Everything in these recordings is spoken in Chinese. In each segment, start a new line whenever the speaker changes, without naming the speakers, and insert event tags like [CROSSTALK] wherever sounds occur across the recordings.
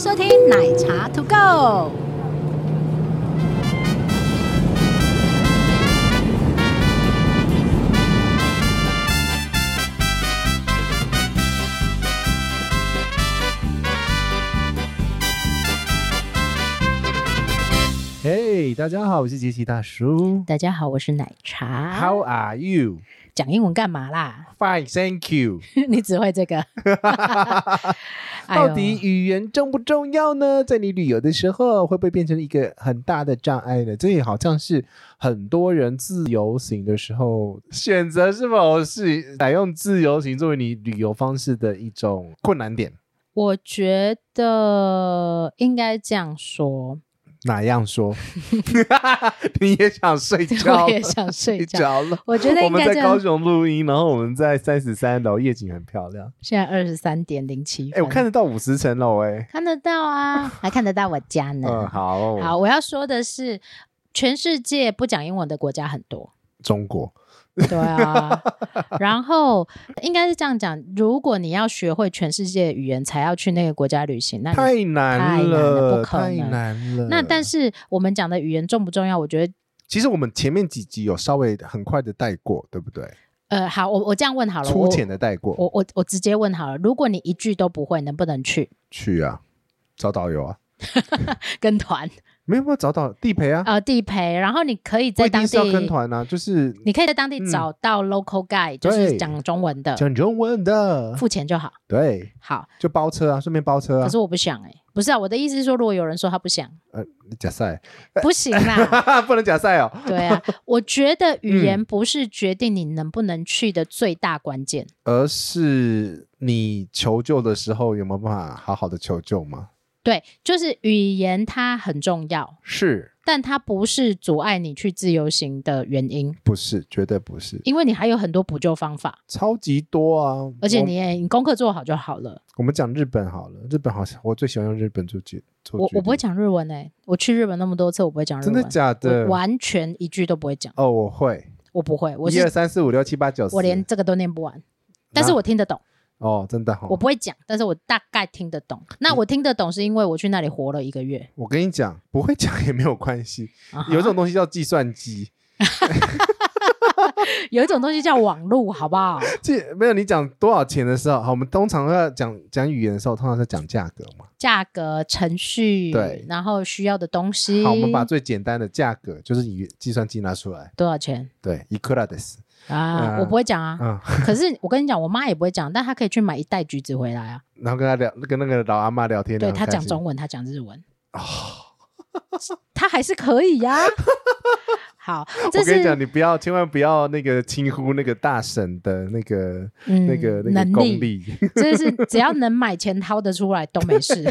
收听奶茶 To Go。
嘿，大家好，我是杰西大叔。
大家好，我是奶茶。
How are you?
讲英文干嘛啦？ [LAUGHS]
Fine, thank you。
你只会
[LAUGHS]
这个？哎呦
到底语言重不重要呢？在你旅游的时候，会不会变成一个很大的障碍呢？这也好像是很多人自由行的时候选择是否是采用自由行作为你旅游方式的一种困难点。
我觉得应该这样
[LAUGHS]
说。
哪
[LAUGHS]
样说？ [LAUGHS] 你也想睡觉？
我也想
[LAUGHS]
睡觉。
着了。
我觉得
我
应
们
该这
在
样
高。雄录音，然后我们在三十三楼，夜景很漂亮。
现在二十三点零七
哎、
分。
我看得到五十层楼、哎。
看得到
[LAUGHS]
啊，还看得到我家呢。
嗯，好，
好，我要说的是，全世界不讲英文的国家很多。
中国，
对啊，然后应该是这样讲：如果你要学会全世界语言才要去那个国家旅行，那你
太难
太难了
了，
不可
太
能
难了。
那但
是，
是我们讲的语言重不重要？我觉得，
其实我们前面几集有稍微很快的带过，对不对？
呃，好，我我这样问好了，
粗
我
浅的带
我
过
我我直接问好了，如果你一句都不会，能不能去 [LAUGHS]
去啊，找导游啊，
跟团
没有没有找导地陪啊，
呃地陪？然后你可以
不
在
一
当
定是
地
要，跟团啊，就是
你可以在当地
嗯
找到 local guide，、就是
对
讲中文的，
讲中文的，
付钱就好。
对，
好，
就包车啊，顺便包车啊
可。是我不想哎、不是啊，我的意思是说，如果有人说他不想，
假赛， [LAUGHS]
不行啦，
不能假赛哦。
对啊，我觉得语
嗯
言不是决定你能不能去的最大关键。
而是你求救的时候有没有办法好好的求救吗？
对，就是语言它很重要，
是
但它不是阻碍你去自由行的原因，
不是？绝对不是，
因为你还有很多补救方法，
超级多啊！
而且
我
你也你功课做好就好了。
我们讲日本好了，日本好像我最喜欢用日本做举做
我
举
我不会
例
讲日文诶、欸我去日本那么多次，我不会讲日
真
文，
的假的
我？完全一句都不会讲，
哦，我会，
我不会，我
一二
是
三四五六七八九十，
我连这个都念不完，但是
那
我听得懂。
哦，真的哈、
我
哦。嗯
不会讲，但是我大概听得懂。那我听得懂是因为我去那里活了一个月。
我跟你讲，不会讲也没有关系，
啊哈
有一种东西叫计算机，
有一种东西叫网路，好不好？
计没有你讲多少钱的时候，好，我们通常要讲讲语言的时候，通常是讲价格嘛。
价格、程序，
对
然后需要的东西。
好，我们把最简单的价格，就是以计算机拿出来，
多少钱
对，一克拉的斯，
啊？
嗯
我不会讲
[LAUGHS]
啊。
嗯，
可是我跟你讲，我妈也不会讲，但她可以去买一袋橘子回来啊。
然后跟他聊，跟那个老阿妈聊天，
对
聊得
她
很开哦
讲
心
中文，她讲日文， [LAUGHS] 她还是可以
[LAUGHS]
呀。好，这
我跟你讲，
是
你不要，千万不要那个轻忽那个大婶的那个
嗯
那个那
能
个功
力，
力。
[LAUGHS] 这是只要能买钱掏得出来都没
[LAUGHS]
事。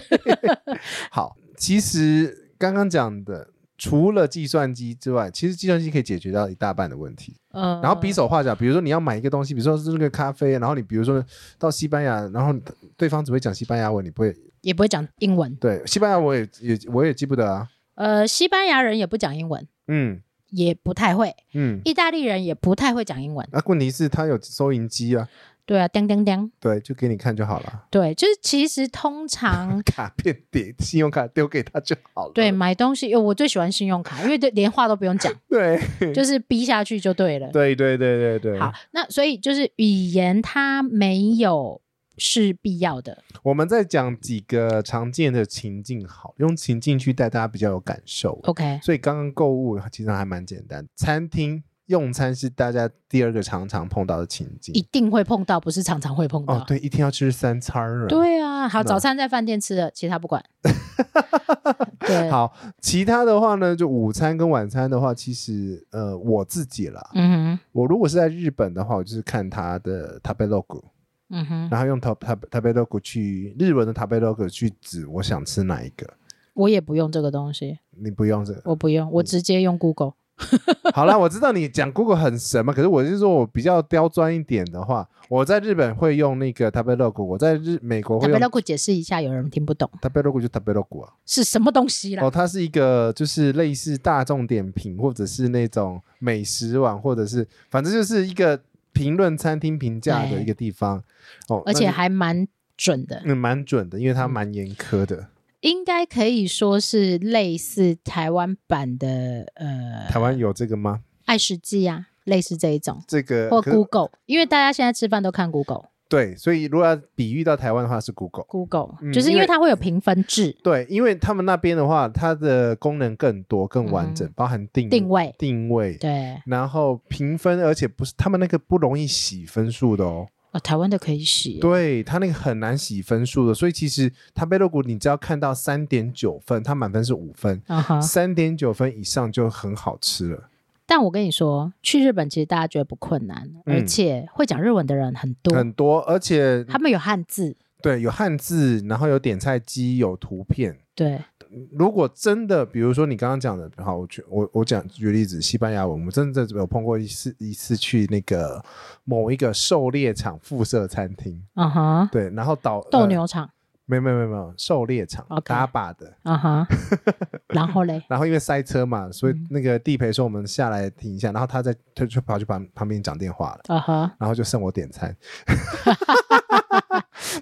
好，其实刚刚讲的，除了计算机之外，其实计算机可以解决到一大半的问题。
嗯，
然后比手画脚，比如说你要买一个东西，比如说是那个咖啡，然后你比如说到西班牙，然后对方只会讲西班牙文，你不会
也不会讲英文。
对西班牙文也也我也记不得啊。
呃，西班牙人也不讲英文，
嗯
也不太会；
嗯，
意大利人也不太会讲英文。
那、问题啊是它有收银机啊，
对啊，叮叮叮，
对，就给你看就好了，
对，就是其实通常
[LAUGHS] 卡片点信用卡丢给他就好了。
对买东西，呃我最喜欢信用卡，因为就连话都不用讲，
[LAUGHS] 对
就是逼下去就对了。
对对对对对，
好，那所以就是语言它没有是必要的，
我们再讲几个常见的情境，好，用情境去带大家比较有感受。
OK，
所以刚刚购物其实还蛮简单，餐厅用餐是大家第二个常常碰到的情
一
境。
定会碰到，不是常常会碰到。
哦，对，一天要吃三餐儿啊。
对啊，好，
那
早餐在饭店吃的，其他不
[LAUGHS]
管。对，
好，其他的话呢，就午餐跟晚餐的话，其实呃，我自己啦，
嗯哼，
我如果是在日本的话，我就是看它的 tabelog，
嗯哼，
然后用 tab tab tabelog 去日文的 tabelog 去指我想吃哪一个。
我也不用这个东西，
你不用这个，
我不用，
嗯
我直接用 Google。
好啦，我知道你讲 Google 很神嘛，可是我是说我比较刁钻一点的话，我在日本会用那个 Tabelog，我在日美国会用
Tabelog 解释一下，有人听不懂
Tabelog 就 Tabelog 啊，
是什么东西啦。
哦，它是一个就是类似大众点评或者是那种美食网，或者是反正就是一个评论餐厅评价的一个地方哦，
而且嗯
那
还蛮准的。
嗯蛮准的，因为它蛮严苛的。
应该可以说是类似台湾版的呃
台湾有这个吗？
爱食记啊，类似这一种
这个
或
呃可是
Google，因为大家现在吃饭都看 Google。
对，所以如果要比喻到台湾的话是 Google。
Google，、
嗯
就是因
因为
为它会有评分制
对，因为他们那边的话，它的功能更多、更完整，
嗯
包含定
定位，
定位，
对，
然后评分，而且不是他们那个不容易洗分数的哦。
哦，台湾的可以洗，
对他那个很难洗分数的，所以其实他贝洛谷，你只要看到三点九分，它满分是五分，
啊哈。
三点九分以上就很好吃了。
但我跟你说，去日本其实大家觉得不困难，
嗯
而且会讲日文的人很多，
很多，而且
他们有汉字，
对有汉字，然后有点菜机，有图片。
对，
如果真的，比如说你刚刚讲的，好，我举我我讲举个例子，西班牙文，我们真的有碰过一次一次去那个某一个狩猎场附设餐厅， [LAUGHS]
啊哈，
对，然后导
斗、
呃
牛场，
没有没有没有没有狩猎场
OK
打靶的，
啊
[LAUGHS]
哈，然后嘞，
然后因为塞车嘛，所以
嗯
那个地陪说我们下来停一下，然后他在他就跑去旁旁边讲电话了。
啊哈，
然后就剩我点餐，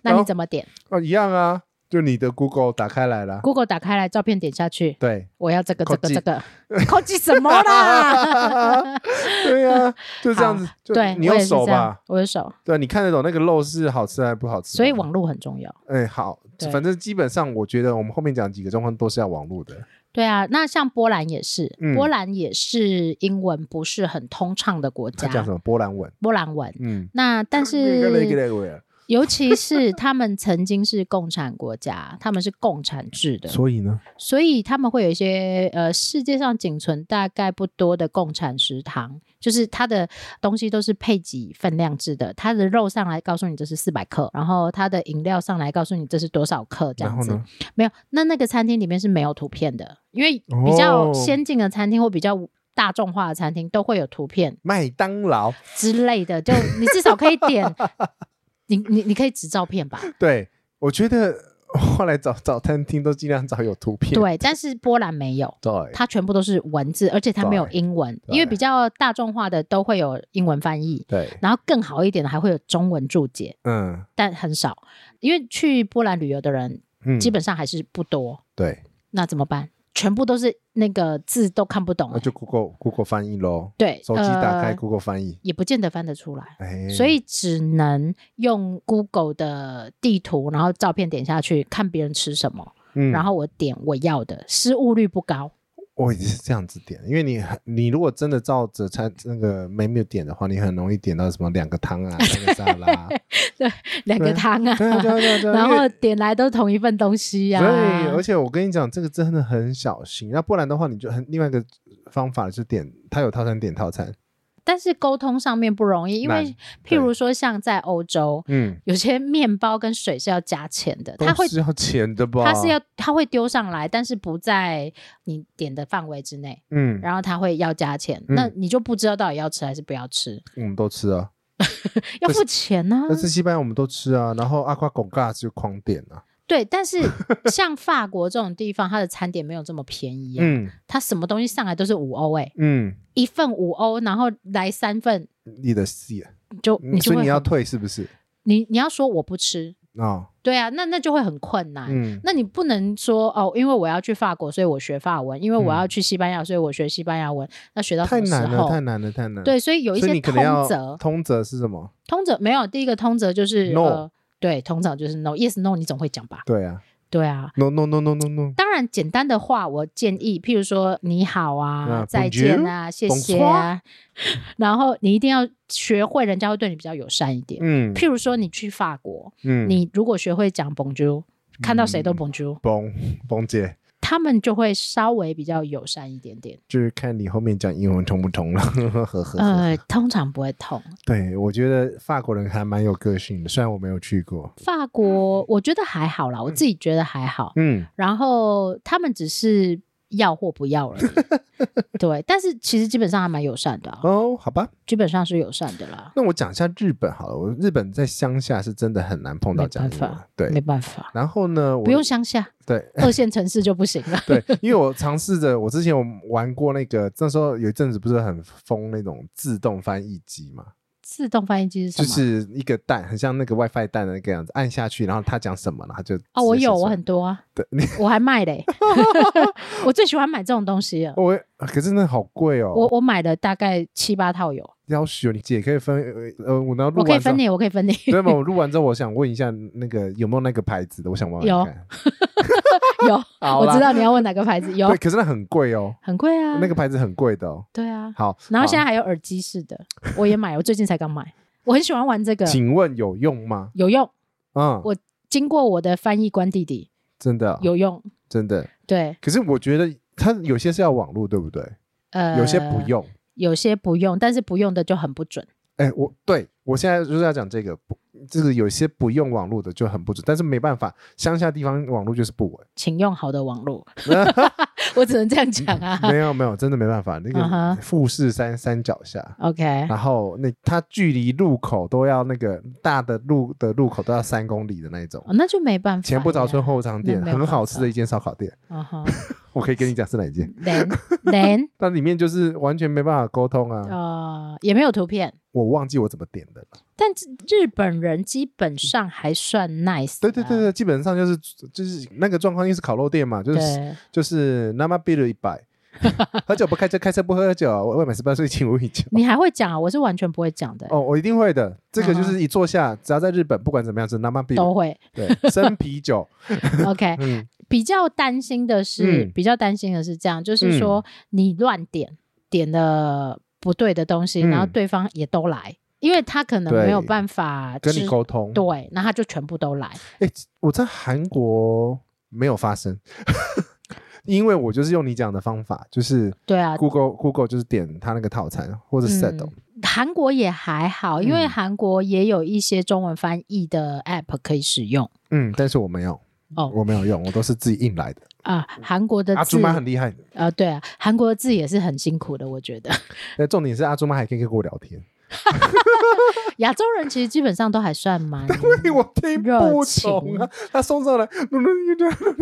那你怎么点、
哦，一样啊，就你的 Google 打开来了，
g o o g l e 打开来，照片点下去，
对， [LAUGHS]
我要这个
扣
这
记
个这个，扣记什么啦？
对啊，就这样子， [LAUGHS] 就
对，
你
我
用
也是
手
这样
吧，，嗯
我有手，
对，你看得懂那个肉是好吃还是不好吃吗，
所以网络很重要。
哎、好，
对
反正基本上我觉得我们后面讲几个状况都是要网络的，
对啊，那像波兰也是，
嗯
波兰也是英文不是很通畅的国
他讲
家
什，么波兰文，
波兰文。
嗯，
那但是，
是
尤其是他们曾经是共产国家，他们是共产制
[LAUGHS]
的，
所以呢，
所以他们会有一些呃，世界上仅存大概不多的共产食堂，就是它的东西都是配给分量制的，它的肉上来告诉你这是四百克，然后它的饮料上来告诉你这是多少克这
然
样
后
子
呢。，
没有，那那个餐厅里面是没有图片的，因为比较
哦
先进的餐厅或比较大众化的餐厅都会有图片
麦当劳，
之类的，就你至少可以
[LAUGHS]
点，你你你可以指照片吧？
对我觉得后来找找餐厅都尽量找有图片，
对，但是波兰没有。
对，
它全部都是文字，而且它没有
对
英文，
对
因为比较大众化的都会有英文翻译，
对，
然后更好一点的还会有中文注解，
嗯
但很少，因为去波兰旅游的人
嗯，
基本上还是不多，
对，
那怎么办？全部都是那个字都看不懂、欸
那哦就 Google Google 翻译喽，
对，
手机打开
呃
Google 翻译，
也不见得翻得出来，
哎，
所以只能用 Google 的地图，然后照片点下去看别人吃什么，
嗯
然后我点我要的，失误率不高。
我也是这样子点，因为你很你如果真的照着餐那个 menu 点的话，你很容易点到什么两个汤啊，三个沙
[LAUGHS]
拉，
两
对
个
啊
汤
[LAUGHS]
啊，
对啊对啊对啊对啊，
然
因为
后点来都同一份东西呀、
对，而且我跟你讲，这个真的很小心。那不然的话，你就很另外一个方法就是点，他有套餐点套餐。
但是沟通上面不容易，因
难
为譬如说像在欧洲，
嗯，
有些面包跟水是要加钱的，它会
是要钱的吧？
它是要它会丢上来，但是不在你点的范围之内，
嗯，
然后它会要加钱，
嗯
那你就不知道到底要吃还是不要吃，
我们都吃啊，
要付钱啊呢、
但是西班牙我们都吃啊，然后阿夸狗嘎就狂点啊。
对，但
[LAUGHS]
是像法国这种地方，它的餐点没有这么便宜、啊，
嗯
它什么东西上来都是五欧哎，
嗯，
一份五欧，然后来三份
你的戏，
就
嗯
你就
所以
会
你要
很
退是不是？
你你要说我不吃，
哦，
对啊，那那就会很困难。
嗯
那你不能说哦，因为我要去法国，所以我学法文；因为我要去西班牙，所以我学西班牙文。那学到什
嗯太
么时
难了，
候？
太难了，太难了。，
对，所以有一
所以
些
你可
通
能要
则，
通则是什么？
通则没有第一个通则就是
No
呃，对，通常就是 no，yes no，你总会讲吧？
对啊
对啊。
，no no no no no no，
当然，简单的话，我建议，譬如说你好啊、
啊
再见啊、谢谢啊，然后你一定要学会，人家会对你比较友善一点。
嗯
譬如说，你去法国，
嗯，
你如果学会讲 Bonjour，看到谁都
嗯
Bonjour，
崩崩姐。
他们就会稍微比较友善一点点。
就是看你后面讲英文通不通了， [LAUGHS] 呵呵呵。
呃，通常不会痛。
对，我觉得法国人还蛮有个性的，虽然我没有去过。
法国我觉得还好啦，我自己觉得还好。
嗯，
然后他们只是要或不要而
[LAUGHS]
已。对，但是其实基本上还蛮友善的啊、
哦，好吧，
基本上是友善的啦。
那我讲一下日本好了。我日本在乡下是真的很难碰到讲英
没
文
办法，没
对。
办法，
然后呢，我
不用乡下，
对
二线城市就不行了。
对，因为我尝试着，我之前我玩过那个，那时候有一阵子不是很疯那种自动翻译机嘛，
自动翻译机是什
就
么？
是一个蛋，很像那个 WiFi 蛋的那个样子，按下去，然后它讲什么，然后它就
哦，我
直接
有，
写出
我
来
很多啊，
对，
我还卖嘞， [LAUGHS] 我最喜欢买这种东西了。
[LAUGHS] 我啊可是那好贵哦，
我我买了大概七八套有，
要许你姐可以分呃呃，我然后录
我可以
完之后
分，你，我可以分
[LAUGHS]
你，
对吗？我录完之后，我想问一下那个有没有那个牌子的，我想玩玩
有
看。
有，
[LAUGHS] 好
我
啦
知道你要问哪个牌子，有
对，可是那很贵哦，
很贵啊，
那个牌子很贵的哦。
对啊，
好，
然后现在
好
还有耳机式的，我也买，我最近才刚买，我很喜欢玩这个，
请问有用吗？
有用，
嗯，
我经过我的翻译官弟弟
真的啊
有用，
真的，
对，
可是我觉得它有些是要网络，对不对？
呃，
有些不，用。
有些不用，但是不用的就很不准，
哎，我对我现在就是要讲这个，不，这个有些不用网络的就很不准，但是没办法，乡下地方网络就是
[LAUGHS]
不稳。
请用好的网
[LAUGHS]
络，我只能这样讲啊
没有没有，真的没办法，那
嗯
个
哼
富士山山脚下。
，OK，
然后那它距离路口都要那个大的路的路口都要三公里的那种，
哦那就没办法，
前不着村，后不着店，
那没有
很好
办
吃
法
的一间烧烤
[LAUGHS]
店，
嗯哼
我可以跟你讲是哪一间，
，then
[LAUGHS]
then
但里面就是完全没办法沟通啊，
呃，也没有图片。
我忘记我怎么点的了。
但日本人基本上还算 nice，
嗯对对对
啊
对，基本上就是就是那个状况，因为是烤肉店嘛，就是
对，
就是那么 b 了一百，喝酒不开车，开车不喝酒，啊未满十八岁请勿饮酒。
你还会讲啊？我是完全不会讲的，
哦，我一定会的。这个就
嗯
是一坐下，只要在日本，不管怎么样，是 n a m a b
都会。
对，生
[LAUGHS]
啤酒， [LAUGHS]
OK，
嗯，
比较担心的是，
嗯
比较担心的是这样，就是说你乱点点了不对的东西，
嗯
然后对方也都来，因为他可能
对
没有办法
跟你
知
沟通。
对，那他就全部都来。
哎、我在韩国没有发生， [LAUGHS] 因为我就是用你讲的方法，就是
对啊，嗯
Google Google 就是点它那个套餐或者 Settle，、
韩国也还好，因为
嗯
韩国也有一些中文翻译的 app 可以使用
嗯但是我没有，
哦
我没有用，我都是自己硬来的。
啊。韩国的
阿
字
朱妈很厉害的，
啊，对啊，韩国的字也是很辛苦的，我觉得 [LAUGHS]
那重点是阿朱妈还可以跟我聊天，
亚洲人其实基本上都还算蛮。
我听不懂啊，她送上来，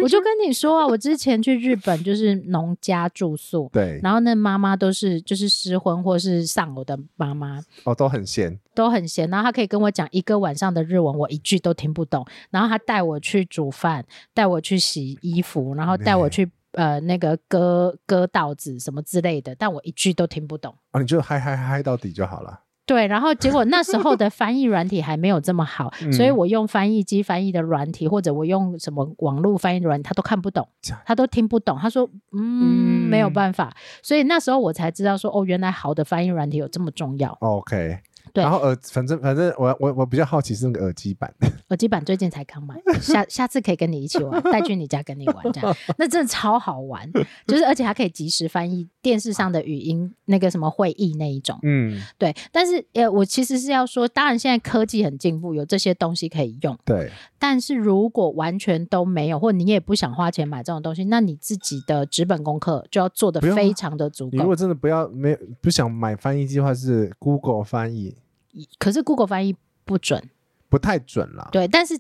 我就跟你说啊，我之前去日本就是农家住宿，
对，
然后那妈妈都是就是失婚或是丧偶的妈妈，
哦，都很闲，
都很闲，然后她可以跟我讲一个晚上的日文，我一句都听不懂。然后她带我去煮饭，带我去洗衣服，然后带我去呃那个割割稻子什么之类的，但我一句都听不懂。
啊，你就嗨嗨嗨到底就好了。
对，然后结果那时候的翻译软体还没有这么好，
嗯
所以我用翻译机翻译的软体，或者我用什么网络翻译的软体，他都看不懂
假，
他都听不懂。他说：“嗯，
嗯
没有办法。”所以那时候我才知道说，哦，原来好的翻译软体有这么重要。
OK，
对
然后耳，反正反正我我我比较好奇是那个耳机版，
耳机版最近才刚买，下下次可以跟你一起玩，带去你家跟你玩，这
[LAUGHS]
样那真的超好玩，就是而且还可以及时翻译电视上的语音那个什么会议那一种。
嗯，
对，但是呃，我其实是要说，当然现在科技很进步，有这些东西可以用。
对，
但是如果完全都没有，或你也不想花钱买这种东西，那你自己的纸本功课就要做的
不用啊
非常的足
你如
够。
果真的不要没有不想买翻译机的话，是 Google 翻译
可是 Google 翻译不准，
不太准啦。
对，但是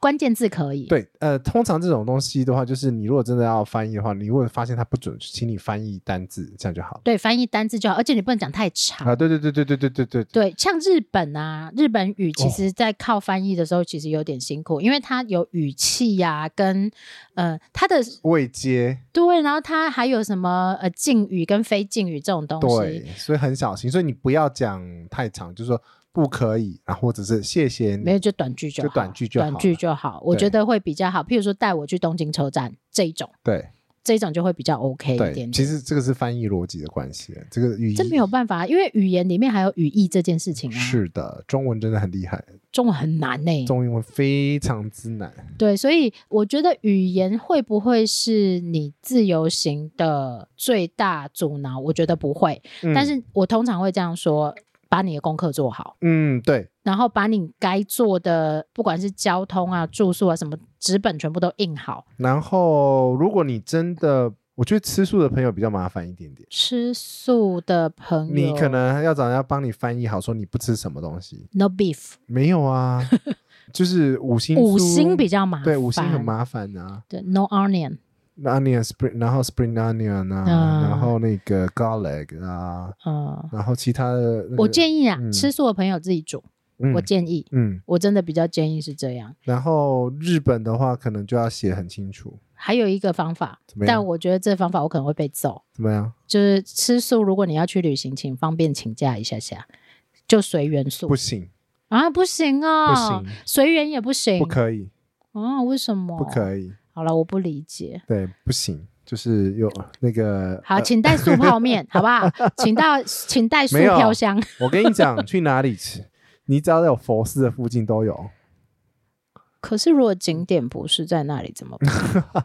关键字可以。
对呃，通常这种东西的话，就是你如果真的要翻译的话，你如果发现它不准，请你翻译单字，这样就好了。
对翻译单字就好，而且你不能讲太长。
啊，对对对对对对对对，
对，像日本啊，日本语
哦
其实在靠翻译的时候，其实有点辛苦，因为它有语气呀、跟呃它的
未接
对，然后它还有什么呃敬语跟非敬语这种东西
对。，所以很小心，所以你不要讲太长，就是说不可以啊，或者是谢谢
没有
你。
就短句就好，
就短句就好
短句就好，我
对
觉得会比较好。譬如说带我去东京车站这一种，
对
这一种就会比较 OK 一
对，
点
其
点。
实这个是翻译逻辑的关系，这个语
这没有办法，因为语言里面还有语义这件事情啊，
是的，中文真的很厉害，
中文很难呢、
中文非常之难。
对，所以我觉得语言会不会是你自由行的最大阻挠？我觉得不会，
嗯
但是我通常会这样说：把你的功课做好。
嗯，对，
然后把你该做的，不管是交通啊、住宿啊什么纸本，全部都印好。
然后，如果你真的，我觉得吃素的朋友比较麻烦一点点，
吃素的朋友，
你可能要找人家帮你翻译好，说你不吃什么东西。
no beef，
没有
[LAUGHS]
啊，就是五星
五
素
星比较麻烦，
对五星很麻烦啊。
对 no onion，
onion spring，然后 spring onion 啊，
啊
然后那个 garlic 啊，
嗯，
然后其他的、那个，
我建议啊，
嗯
吃素的朋友自己煮，
嗯
我建议，
嗯，
我真的比较建议是这样。
然后日本的话可能就要写很清楚，
还有一个方法
怎么，样
但我觉得这方法我可能会被揍，
怎么样？
就是吃素，如果你要去旅行，请方便请假一下下，就随缘素
不行，
啊，不行
不
哦，
行，
随缘也不行
不可以，
啊？为什么？
不可以，
好了，我不理解。
对，不行，就是有那个
好，请带素泡面，
[LAUGHS]
好不好？请到，请带素
呃没有
飘香。 [LAUGHS]
我跟你讲，去哪里吃，你只要有佛寺的附近都有。
可是如果景点不是在那里怎么办？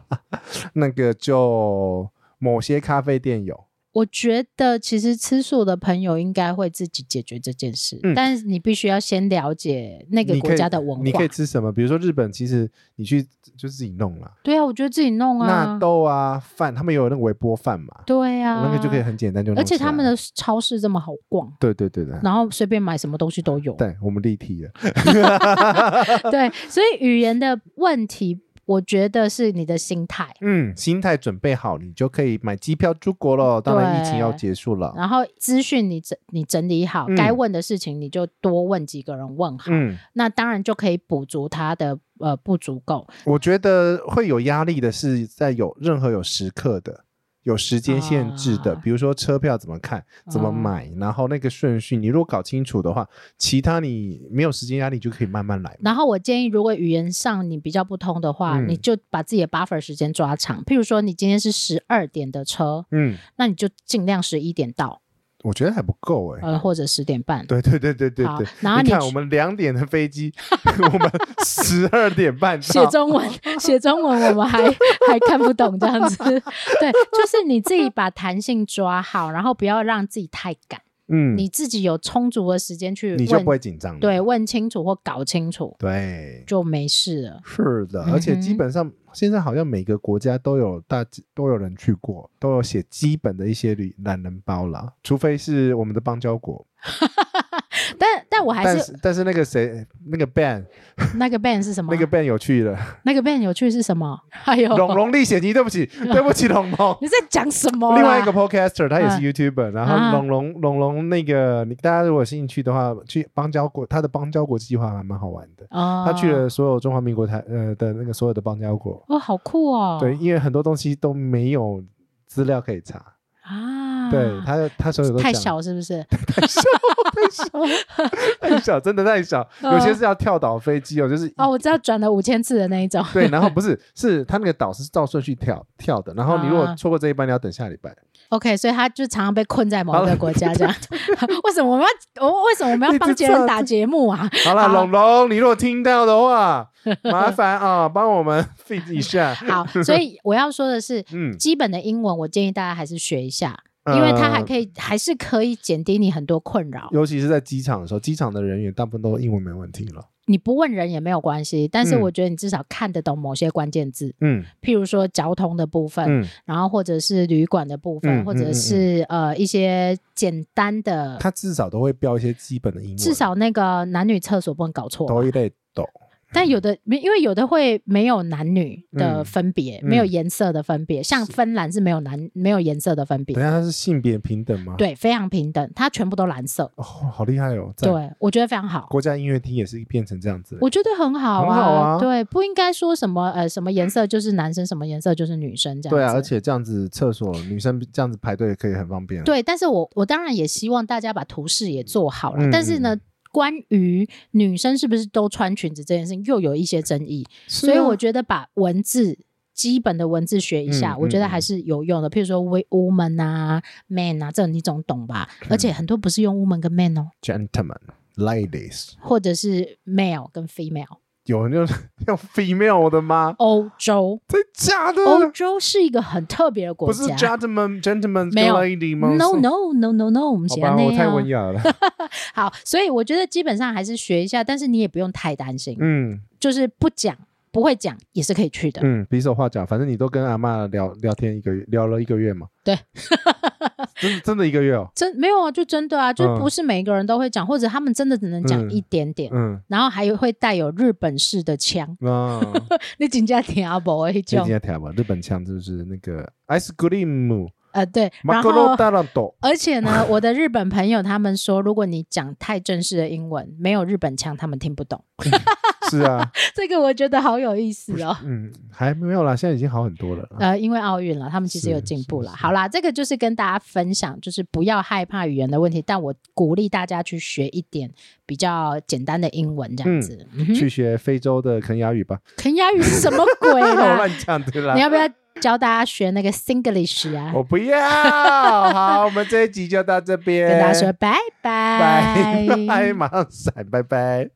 那个就某些咖啡店有，
我觉得其实吃素的朋友应该会自己解决这件事，
嗯
但是你必须要先了解那个
你可
国
以
家的文
你
化
可以。吃什么？比如说日本，其实你去就自己弄啦，
对啊，我觉得自己弄啊
纳，豆啊饭，他们有那个微波饭嘛，
对啊，
那个就可以很简单就弄起
而
来。
且他们的超市这么好逛，
啊对对对对，
然后随便买什么东西都有。
对我们立体了，
[LAUGHS] 对，所以语言的问题，我觉得是你的心态。
嗯，心态准备好，你就可以买机票出国了。当然，疫
嗯
情
对
要结束了，
然后资讯你整你整理好，
嗯
该问的事情你就多问几个人问好，
嗯，
那当然就可以补足他的呃不足够。
我觉得会有压力的是在有任何有时刻的。有时间限制的，
啊
比如说车票怎么看、怎么
哦
买，然后那个顺序，你如果搞清楚的话，其他你没有时间压力，就可以慢慢来。
然后我建议，如果语言上你比较不通的话，
嗯
你就把自己的 buffer 时间抓长。譬如说，你今天是十二点的车，
嗯，
那你就尽量十一点到，
我觉得还不够哎、
呃，或者十点半。
对对对对对
好
对，
然后
你
你
看
去
我们两点的飞机， [LAUGHS] 我们十二点半
写
到，
中
[LAUGHS]
文，写中文，我们还还看不懂这样子。对，就是你自己把弹性抓好，然后不要让自己太赶，
嗯，
你自己有充足的时间去
你就不
问，
会紧张了。
对，问清楚或搞清楚
对，
就没事了。
是的，而且基
嗯哼
本上现在好像每个国家都有大都有人去过，都有写基本的一些旅懒人包啦，除非是我们的邦交国。
但但我还
但
是
是但是那个谁，那个 Ben，
那个 band 是什么
那
啊？
个 Ben 有去了，
那个 band 有趣是什么？还 [LAUGHS] 有
龙龙历险记，对不
[LAUGHS]
起，对不起，龙龙。
你在讲什么啦？
另外一个 podcaster，他也是
哦嗯
YouTuber，、然
啊
后龙龙龙龙那个，你大家如果有兴趣的话，去邦交国，他的邦交国计划还蛮好玩的。
哦，
他去了所有中华民国台呃的那个所有的邦交国，
哦，好酷哦！
对，因为很多东西都没有资料可以查，
啊，
对他他所有都
太
讲
小是不是？
[LAUGHS] 太小，真的太小，
嗯
有些是要跳岛飞机哦，就是
哦，我知道转了五千次的那一种。 [LAUGHS]
对，然后不是是他那个岛是照顺序跳跳的，然后你如果
啊
错过这一班，你要等下礼拜。
OK，所以他就常常被困在某一
好了
个国家
[LAUGHS]
这样。 [LAUGHS] 为什么我们要我为什么我们要
一直
帮别
这
人
样
打节目
[LAUGHS]
啊？
好了，
好
龙龙，你如果听到的话，麻烦啊，帮我们 fit 一下。
好，所以我要说的是，
嗯，
基本的英文我建议大家还是学一下，
呃
因为它还
以，
可以还是可以减低你很多困扰。
尤其是在机场的时候，机场的人员大部分都英文没问题了。
你不问人也没有关系，但是
嗯
我觉得你至少看得懂某些关键字，
嗯
譬如说交通的部分，
嗯，
然后或者是旅馆的部分，
嗯
或
嗯
者
嗯
是、呃一些简单的，
他至少都会标一些基本的英文，
至少那个男女厕所不能搞错吧。
都一类懂。
但有的没，因为有的会没有男女的
嗯
分别，
嗯
没有颜色的分别，像芬兰是没有男没有颜色的分
等
别，
一下他是性别平等吗？，
对，非常平等，它全部都蓝色，
哦，好厉害哦！在
对我觉得非常好。
国家音乐厅也是变成这样子了。
我觉得很好啊，
很好啊
对，不应该说什么呃什么颜色就是男生，什么颜色就是女生这样子。
对啊，而且这样子厕所女生这样子排队也可以很方便。，
对，但是我我当然也希望大家把图示也做好了，
嗯
但是呢
嗯，
关于女生是不是都穿裙子这件事情，又有一些争议，所
啊
以我觉得把文字。基本的文字学一下，
嗯
我觉得
嗯
还
嗯
是有用的。譬如说 we- woman 啊、man 啊，这你总懂吧？而且很多不是用 woman 跟 man 哦，
gentlemen ladies
或者是 male 跟 female。
有人用 [LAUGHS] 用 female 我的吗？
欧洲，
真假的？
欧洲是一个很特别的国
嗯不是
家。
gentlemen gentlemen
没有
lady 吗
No no no no no，我们
好
写
吧，
那
我太
样
文。雅
[LAUGHS]
了。
好，所以我觉得基本上还是学一下，但是你也不用太担心。
嗯，
就是不讲不会讲也是可以去的。
嗯，比手画脚，反正你都跟阿嬷聊聊天一个月，聊了一个月嘛。
对，
真真的一个月哦。
[LAUGHS] 真没有啊，就真的啊，就
嗯
不是每一个人都会讲，或者他们真的只能讲
嗯
一点点，
嗯，
然后还会带有日本式的腔， [LAUGHS]
那
你真正听不懂那
最近
种，
在台湾日本腔就是那个 ice cream，
呃，对，
马
然
格罗
后。
大浪斗。
而且呢，我的日本朋友他们说，如果你讲太正式的英文，没有日本腔，他们听不懂。
是啊，
这个我觉得好有意思哦。
嗯，还没有啦，现在已经好很多了啦。
呃，因为奥运了，他们其实
是
有进步了。
是是
好啦，这个就是跟大家分享，就是不要害怕语言的问题，但我鼓励大家去学一点比较简单的英文，这样子。嗯哼
去学非洲的肯雅语吧，
肯亚语是什么鬼
[LAUGHS] 我
啦？
乱讲的
你
啦。
要不要教大家学那个 Singlish 啊？
我不要。好，我们这一集就到这边，
跟大家说拜
[LAUGHS] 拜拜，马上闪，拜拜。